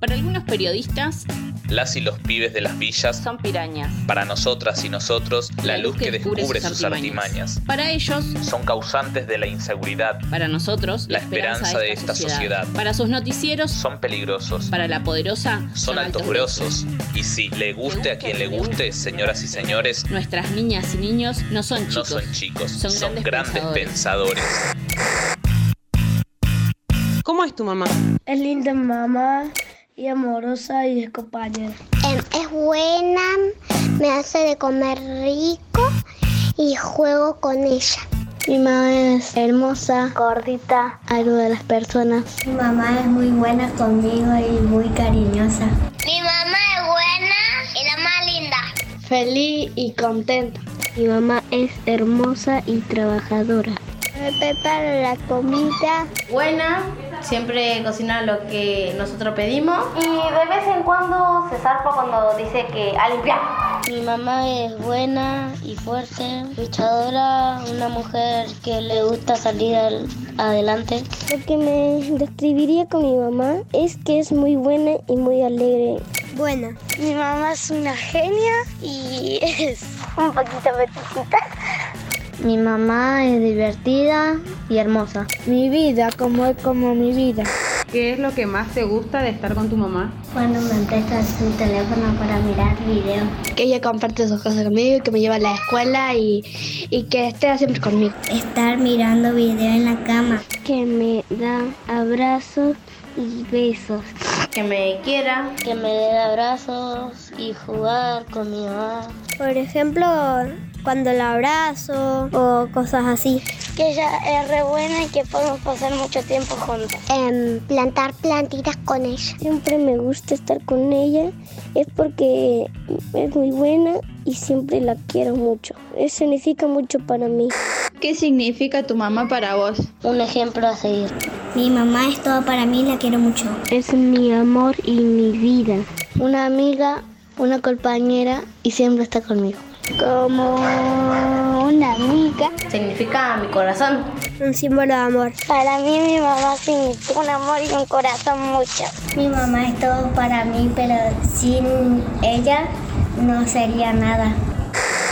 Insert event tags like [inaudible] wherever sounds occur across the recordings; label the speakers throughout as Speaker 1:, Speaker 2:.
Speaker 1: Para algunos periodistas
Speaker 2: Las y los pibes de las villas,
Speaker 1: son pirañas.
Speaker 2: para nosotras y nosotros, la luz que descubre sus artimañas.
Speaker 1: Para ellos,
Speaker 2: Son causantes de la inseguridad,
Speaker 1: para nosotros,
Speaker 2: La esperanza de esta sociedad.
Speaker 1: Para sus noticieros,
Speaker 2: son peligrosos,
Speaker 1: para la poderosa,
Speaker 2: son altos grosos. Y si le guste a quien le guste, señoras y señores,
Speaker 1: Nuestras niñas y niños no son
Speaker 2: no
Speaker 1: chicos.
Speaker 2: son chicos,
Speaker 1: Son
Speaker 2: son
Speaker 1: grandes
Speaker 2: grandes pensadores.
Speaker 3: ¿Cómo es tu mamá?
Speaker 4: Es linda mamá y amorosa y es compañera.
Speaker 5: Em, Es buena, me hace de comer rico y juego con ella. Mi mamá es hermosa, gordita, algo de las personas.
Speaker 6: Mi mamá es muy buena conmigo y muy cariñosa.
Speaker 5: Mi mamá es buena y la más linda. Feliz y contenta. Mi mamá es hermosa y trabajadora. Me preparo la comida.
Speaker 7: buena, siempre cocina lo que nosotros pedimos. Y de vez en cuando se zarpa cuando dice que a limpiar.
Speaker 5: Mi mamá es buena y fuerte, luchadora, una mujer que le gusta salir adelante. Lo que me describiría con mi mamá es que es muy buena y muy alegre. Buena. Mi mamá es una genia y [laughs] es un poquito peticita. Mi mamá es divertida y hermosa.
Speaker 4: Mi vida, como es como mi vida.
Speaker 3: ¿Qué es lo que más te gusta de estar con tu mamá?
Speaker 6: Cuando me presta su teléfono para mirar videos.
Speaker 5: Que ella comparte sus cosas conmigo, que me lleva a la escuela y, y que esté siempre conmigo.
Speaker 6: Estar mirando videos en la cama.
Speaker 5: Que me da abrazos y besos.
Speaker 7: Que me quiera.
Speaker 5: que me dé abrazos y jugar con mi mamá.
Speaker 6: Por ejemplo, cuando la abrazo o cosas así.
Speaker 5: Que ella es re buena y que podemos pasar mucho tiempo juntas. Em, plantar plantitas con ella. Siempre me gusta estar con ella, es porque es muy buena y siempre la quiero mucho. Eso significa mucho para mí.
Speaker 8: ¿Qué significa tu mamá para vos?
Speaker 5: Un ejemplo a seguir.
Speaker 6: Mi mamá es todo para mí, la quiero mucho.
Speaker 5: Es mi amor y mi vida. Una amiga, una compañera y siempre está conmigo. Como una amiga.
Speaker 7: Significa mi corazón.
Speaker 6: Un símbolo de amor.
Speaker 5: Para mí mi mamá significa un amor y un corazón mucho.
Speaker 6: Mi mamá es todo para mí, pero sin ella no sería nada.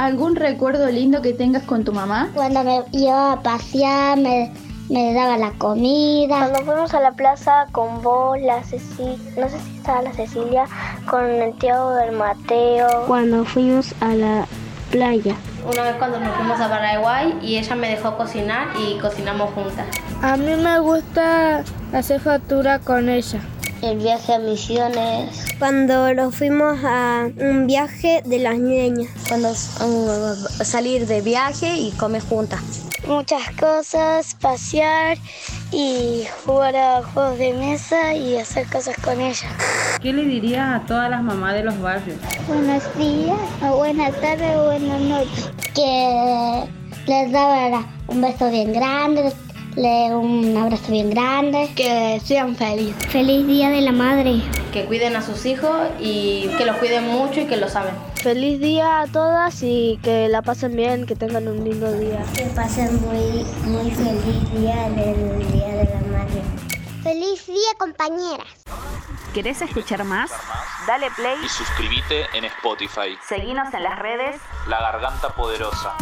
Speaker 8: ¿Algún recuerdo lindo que tengas con tu mamá?
Speaker 5: Cuando me iba a pasear, me, me daba la comida. Cuando fuimos a la plaza con vos, la Cecilia, no sé si estaba la Cecilia, con el tío del Mateo. Cuando fuimos a la playa.
Speaker 7: Una vez cuando nos fuimos a Paraguay y ella me dejó cocinar y cocinamos juntas.
Speaker 4: A mí me gusta hacer factura con ella.
Speaker 5: El viaje a Misiones.
Speaker 6: Cuando nos fuimos a un viaje de las niñas.
Speaker 7: Cuando uh, salir de viaje y comer juntas.
Speaker 5: Muchas cosas, pasear y jugar a juegos de mesa y hacer cosas con ella.
Speaker 3: ¿Qué le dirías a todas las mamás de los barrios?
Speaker 5: Buenos días, o buenas tardes, o buenas noches. Que les daba la- un beso bien grande, le un abrazo bien grande. Que sean felices. Feliz Día de la Madre.
Speaker 7: Que cuiden a sus hijos y que los cuiden mucho y que los amen.
Speaker 5: Feliz día a todas y que la pasen bien, que tengan un lindo día.
Speaker 6: Que pasen muy, muy feliz día del Día de la Madre.
Speaker 5: Feliz día, compañeras.
Speaker 9: ¿Querés escuchar más? Dale play,
Speaker 2: suscríbete en Spotify,
Speaker 9: seguinos en las redes
Speaker 2: La Garganta Poderosa.